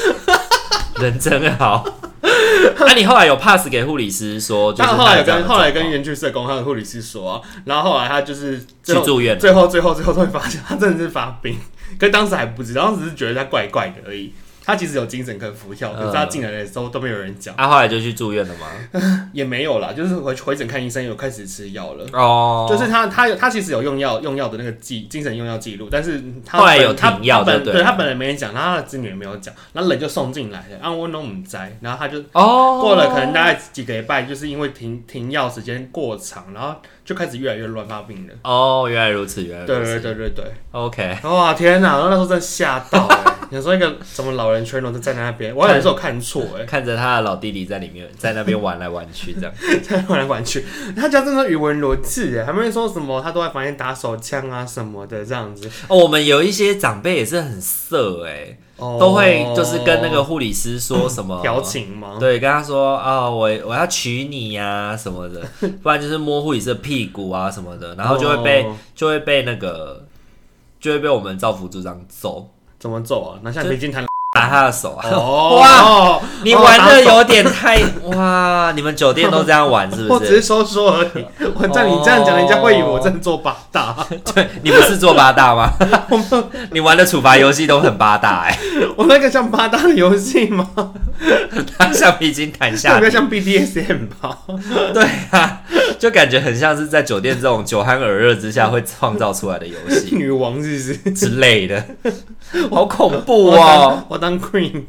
[SPEAKER 1] 人真好。 那、你后来有 pass 给护理师说，就是
[SPEAKER 2] 但后来有
[SPEAKER 1] 他这样
[SPEAKER 2] 跟
[SPEAKER 1] 的
[SPEAKER 2] 后来
[SPEAKER 1] 状
[SPEAKER 2] 跟
[SPEAKER 1] 况
[SPEAKER 2] 园区社工还有护理师说啊，然后后来他就是最后
[SPEAKER 1] 去住院了，
[SPEAKER 2] 最后最后最后终于发现他真的是发病， 可是当时还不知道，当时只是觉得他怪怪的而已。他其实有精神科服药，
[SPEAKER 1] 嗯
[SPEAKER 2] 可是他进来的时候都没有人讲，
[SPEAKER 1] 啊，后来就去住院了 吗？
[SPEAKER 2] 也没有啦，就是回回诊看医生有开始吃药了。
[SPEAKER 1] 哦，
[SPEAKER 2] 就是他，他有他其实有用药用药的那个记精神用药记录，但是他
[SPEAKER 1] 后来
[SPEAKER 2] 本
[SPEAKER 1] 有
[SPEAKER 2] 他
[SPEAKER 1] 停药
[SPEAKER 2] 他本
[SPEAKER 1] 就对
[SPEAKER 2] 对
[SPEAKER 1] 了
[SPEAKER 2] 他本来没人讲，然后他的子女也没有讲，然后人就送进来了，然后我弄唔摘，然后他就
[SPEAKER 1] 哦，
[SPEAKER 2] 过了可能大概几个礼拜，就是因为停停药时间过长，然后就开始越来越乱发病了。
[SPEAKER 1] 哦，原来如此，原来
[SPEAKER 2] 对
[SPEAKER 1] 如
[SPEAKER 2] 对
[SPEAKER 1] 此。
[SPEAKER 2] 对对对。
[SPEAKER 1] OK，
[SPEAKER 2] 哇天哪！那时候真的吓到 哎、欸，你说一个什么老人全裸就站在那边，我还以为是我看错哎、
[SPEAKER 1] 看着他的老弟弟在里面，在那边玩来玩去，这样
[SPEAKER 2] 欸， 在那玩来玩去，他家真的语文逻辑哎，还没说什么，他都在房间打手枪啊什么的这样子，
[SPEAKER 1] 哦。我们有一些长辈也是很色哎、
[SPEAKER 2] 哦嗯
[SPEAKER 1] 都会就是跟那个护理师说什么
[SPEAKER 2] 调情吗？
[SPEAKER 1] 对，跟他说啊、我我要娶你呀、什么 的，不然就是摸护理师的屁股啊什么的，然后就会被、
[SPEAKER 2] 哦
[SPEAKER 1] 就会被那个就会被我们造福组长揍，
[SPEAKER 2] 怎么走啊？拿下
[SPEAKER 1] 就
[SPEAKER 2] 北 京谈
[SPEAKER 1] 打他的手啊！
[SPEAKER 2] 哦
[SPEAKER 1] 哇
[SPEAKER 2] 哇
[SPEAKER 1] 你玩的有点太哇，你们酒店都这样玩是 不
[SPEAKER 2] 我只是
[SPEAKER 1] 是？
[SPEAKER 2] 说说而已，我这样你这样讲，人家会以为我真的做八
[SPEAKER 1] 哦
[SPEAKER 2] 大。
[SPEAKER 1] 你不是做八大吗？ 你玩的处罚游戏都很八大哎、
[SPEAKER 2] 我那个像八大的游戏吗？
[SPEAKER 1] 他橡皮筋弹
[SPEAKER 2] 特
[SPEAKER 1] 下
[SPEAKER 2] 别
[SPEAKER 1] 来，
[SPEAKER 2] 像 BDSM 吧？
[SPEAKER 1] 对啊，就感觉很像是在酒店这种酒酣耳热之下会创造出来的游戏
[SPEAKER 2] 女王是不是？
[SPEAKER 1] 之类的，好恐怖
[SPEAKER 2] 我
[SPEAKER 1] 哦！
[SPEAKER 2] 当我当 queen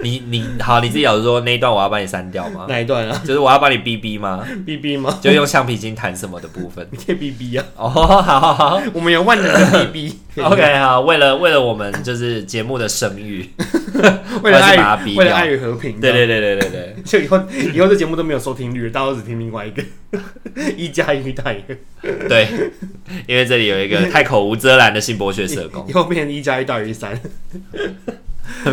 [SPEAKER 1] 你你好，你自己老实说那一段我要把你删掉吗？
[SPEAKER 2] 哪一段啊
[SPEAKER 1] 就是我要把你逼逼吗？
[SPEAKER 2] ？B B 吗？
[SPEAKER 1] 就用橡皮筋弹什么的部分。
[SPEAKER 2] 你可以 B B 啊，
[SPEAKER 1] 哦，好好好
[SPEAKER 2] 我们有万能的 B B。
[SPEAKER 1] ，OK，好，为了为了我们就是节目的声誉，
[SPEAKER 2] 为了
[SPEAKER 1] 我还是把它
[SPEAKER 2] 爱
[SPEAKER 1] 逼
[SPEAKER 2] 与
[SPEAKER 1] 掉
[SPEAKER 2] 为了爱与和平，
[SPEAKER 1] 对对对对对对。
[SPEAKER 2] 对，就以后 以后这节目都没有收听率，大家都只听另外一个一加一大于二，
[SPEAKER 1] 对，因为这里有一个太口无遮拦的性剥削社工，
[SPEAKER 2] 以后变成一加一大于三，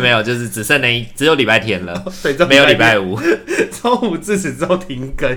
[SPEAKER 1] 没有，就是只剩那一只有礼拜天 了，
[SPEAKER 2] 对，这
[SPEAKER 1] 没有礼拜五。
[SPEAKER 2] 周五自此之后停更，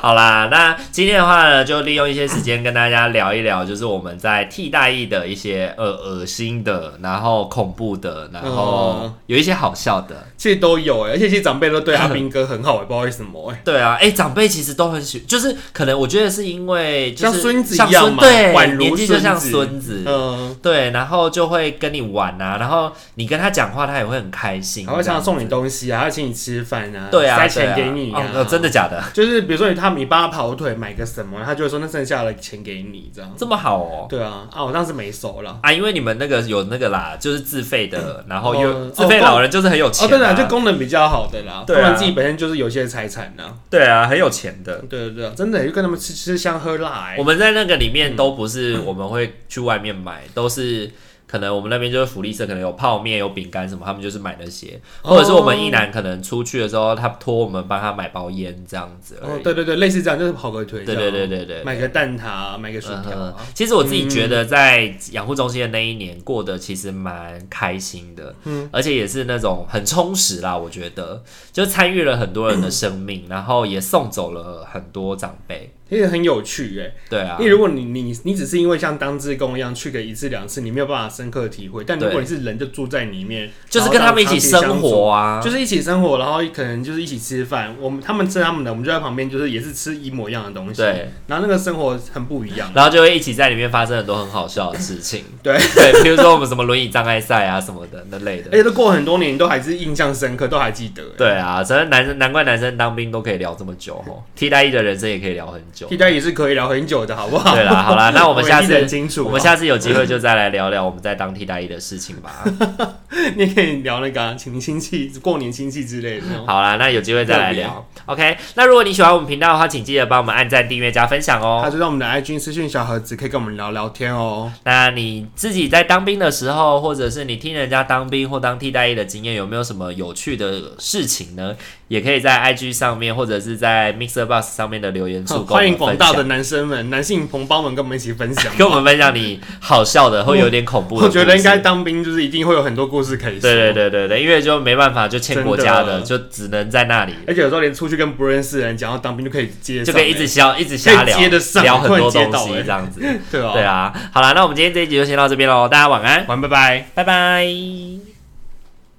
[SPEAKER 1] 好啦，那今天的话呢，就利用一些时间跟大家聊一聊，就是我们在替代役的一些呃恶心的，然后恐怖的，然后
[SPEAKER 2] 嗯
[SPEAKER 1] 有一些好笑的。
[SPEAKER 2] 其实都有哎，而且其实长辈都对阿兵哥很好哎，不知道为什么哎，
[SPEAKER 1] 对啊，哎、长辈其实都很喜，就是可能我觉得是因为就是
[SPEAKER 2] 像孙子
[SPEAKER 1] 像
[SPEAKER 2] 一样
[SPEAKER 1] 孙
[SPEAKER 2] 嘛宛
[SPEAKER 1] 对，
[SPEAKER 2] 如
[SPEAKER 1] 年纪就像
[SPEAKER 2] 孙子
[SPEAKER 1] 孙子，
[SPEAKER 2] 嗯，
[SPEAKER 1] 对，然后就会跟你玩啊，然后你跟他讲讲话，他也会很开心。
[SPEAKER 2] 还会常常送
[SPEAKER 1] 这
[SPEAKER 2] 你
[SPEAKER 1] 样子
[SPEAKER 2] 东西啊，还会请你吃饭啊，
[SPEAKER 1] 对啊，
[SPEAKER 2] 塞钱
[SPEAKER 1] 对
[SPEAKER 2] 给你
[SPEAKER 1] 啊哦真的假的？
[SPEAKER 2] 就是比如说你他你帮他跑腿买个什么，他就会说那剩下的钱给你这样。
[SPEAKER 1] 这么好哦。
[SPEAKER 2] 对啊，啊，我当时没收了。
[SPEAKER 1] 啊，因为你们那个有那个啦，就是自费的，然后又
[SPEAKER 2] 哦
[SPEAKER 1] 自费老人就是很有钱、啊
[SPEAKER 2] 哦，对了，就功能比较好的啦，
[SPEAKER 1] 对啊
[SPEAKER 2] 他们自己本身就是有些财产呐、
[SPEAKER 1] 对啊，很有钱的。
[SPEAKER 2] 对对对，真的就跟他们吃吃香喝辣、欸
[SPEAKER 1] 我。们在那个里面都不是我们会去外面买，都是可能我们那边就是福利社，可能有泡面、有饼干什么，他们就是买那些，
[SPEAKER 2] 哦
[SPEAKER 1] 或者是我们一男可能出去的时候，他托我们帮他买包烟这样子而
[SPEAKER 2] 哦
[SPEAKER 1] 已。，
[SPEAKER 2] 对对对，类似这样，就是跑个腿这
[SPEAKER 1] 对
[SPEAKER 2] 样，
[SPEAKER 1] 对对对对。
[SPEAKER 2] 买个蛋挞、买个薯
[SPEAKER 1] 嗯
[SPEAKER 2] 条、
[SPEAKER 1] 哼
[SPEAKER 2] 啊，，
[SPEAKER 1] 其实我自己觉得在养护中心的那一年过得其实蛮开心的，嗯，而且也是那种很充实啦。我觉得就参与了很多人的生命，然后也送走了很多长辈，
[SPEAKER 2] 其实很有趣哎、
[SPEAKER 1] 对啊
[SPEAKER 2] 因，为如果你你你只是因为像当志工一样去个一次两次，你没有办法深刻体会。但如果
[SPEAKER 1] 对
[SPEAKER 2] 你是人，就住在里面，
[SPEAKER 1] 就是
[SPEAKER 2] 然后
[SPEAKER 1] 跟
[SPEAKER 2] 这样
[SPEAKER 1] 他们一起
[SPEAKER 2] 长期相
[SPEAKER 1] 生
[SPEAKER 2] 处
[SPEAKER 1] 活啊，
[SPEAKER 2] 就是一起生活，然后可能就是一起吃饭。我们他们吃他们的，我们就在旁边，就是也是吃一模一样的东西。
[SPEAKER 1] 对，
[SPEAKER 2] 然后那个生活很不一样。
[SPEAKER 1] 然后就会一起在里面发生很多很好笑的事情，
[SPEAKER 2] 对
[SPEAKER 1] 对，比如说我们什么轮椅障碍赛啊什么的那类
[SPEAKER 2] 而
[SPEAKER 1] 的，
[SPEAKER 2] 且都过很多年，你都还是印象深刻，都还记得。
[SPEAKER 1] 对啊，真的男生难怪男生当兵都可以聊这么久哦，替代役的人生也可以聊很久
[SPEAKER 2] 替。代也是可以聊很久的，好不 好？
[SPEAKER 1] 对啦，好啦，那我们下
[SPEAKER 2] 我记得很
[SPEAKER 1] 次
[SPEAKER 2] 清楚啊
[SPEAKER 1] 我们下次有机会就再来聊聊我们在当替代役的事情 吧。
[SPEAKER 2] 你也可以聊那个啊请亲戚、过年亲戚之类的。
[SPEAKER 1] 好啦，那有机会再来聊。OK，那如果你喜欢我们频道的话，请记得帮我们按赞、订阅、加分享
[SPEAKER 2] 他
[SPEAKER 1] 哦。
[SPEAKER 2] 就让我们的 IG 私讯小盒子，可以跟我们聊聊 天哦。
[SPEAKER 1] 那你自己在当兵的时候，或者是你听人家当兵或当替代役的经验，有没有什么有趣的事情呢？也可以在 IG 上面，或者是在 Mixer Box 上面的留言处，
[SPEAKER 2] 欢迎广大
[SPEAKER 1] 跟我们
[SPEAKER 2] 的
[SPEAKER 1] 分
[SPEAKER 2] 男生们、男性同胞们跟我们一起分享
[SPEAKER 1] 享，。 跟我们分享你好笑的或有点恐怖的
[SPEAKER 2] 我
[SPEAKER 1] 故事。
[SPEAKER 2] 觉得应该当兵就是一定会有很多故事可以说。
[SPEAKER 1] 对对对对对，因为就没办法，就欠国家的，
[SPEAKER 2] 真的
[SPEAKER 1] 就只能在那里，
[SPEAKER 2] 而且有时候连出去跟不认识的人讲到当兵就可以接上
[SPEAKER 1] 就
[SPEAKER 2] 欸，
[SPEAKER 1] 可以一直笑，一直瞎聊，
[SPEAKER 2] 可以接得上
[SPEAKER 1] 聊很多
[SPEAKER 2] 突然
[SPEAKER 1] 东
[SPEAKER 2] 接到
[SPEAKER 1] 西
[SPEAKER 2] 欸
[SPEAKER 1] 这样子。
[SPEAKER 2] 对啊，
[SPEAKER 1] 对啊，好啦，那我们今天这一集就先到这边喽，大家晚安，
[SPEAKER 2] 晚安，拜拜。
[SPEAKER 1] 拜拜。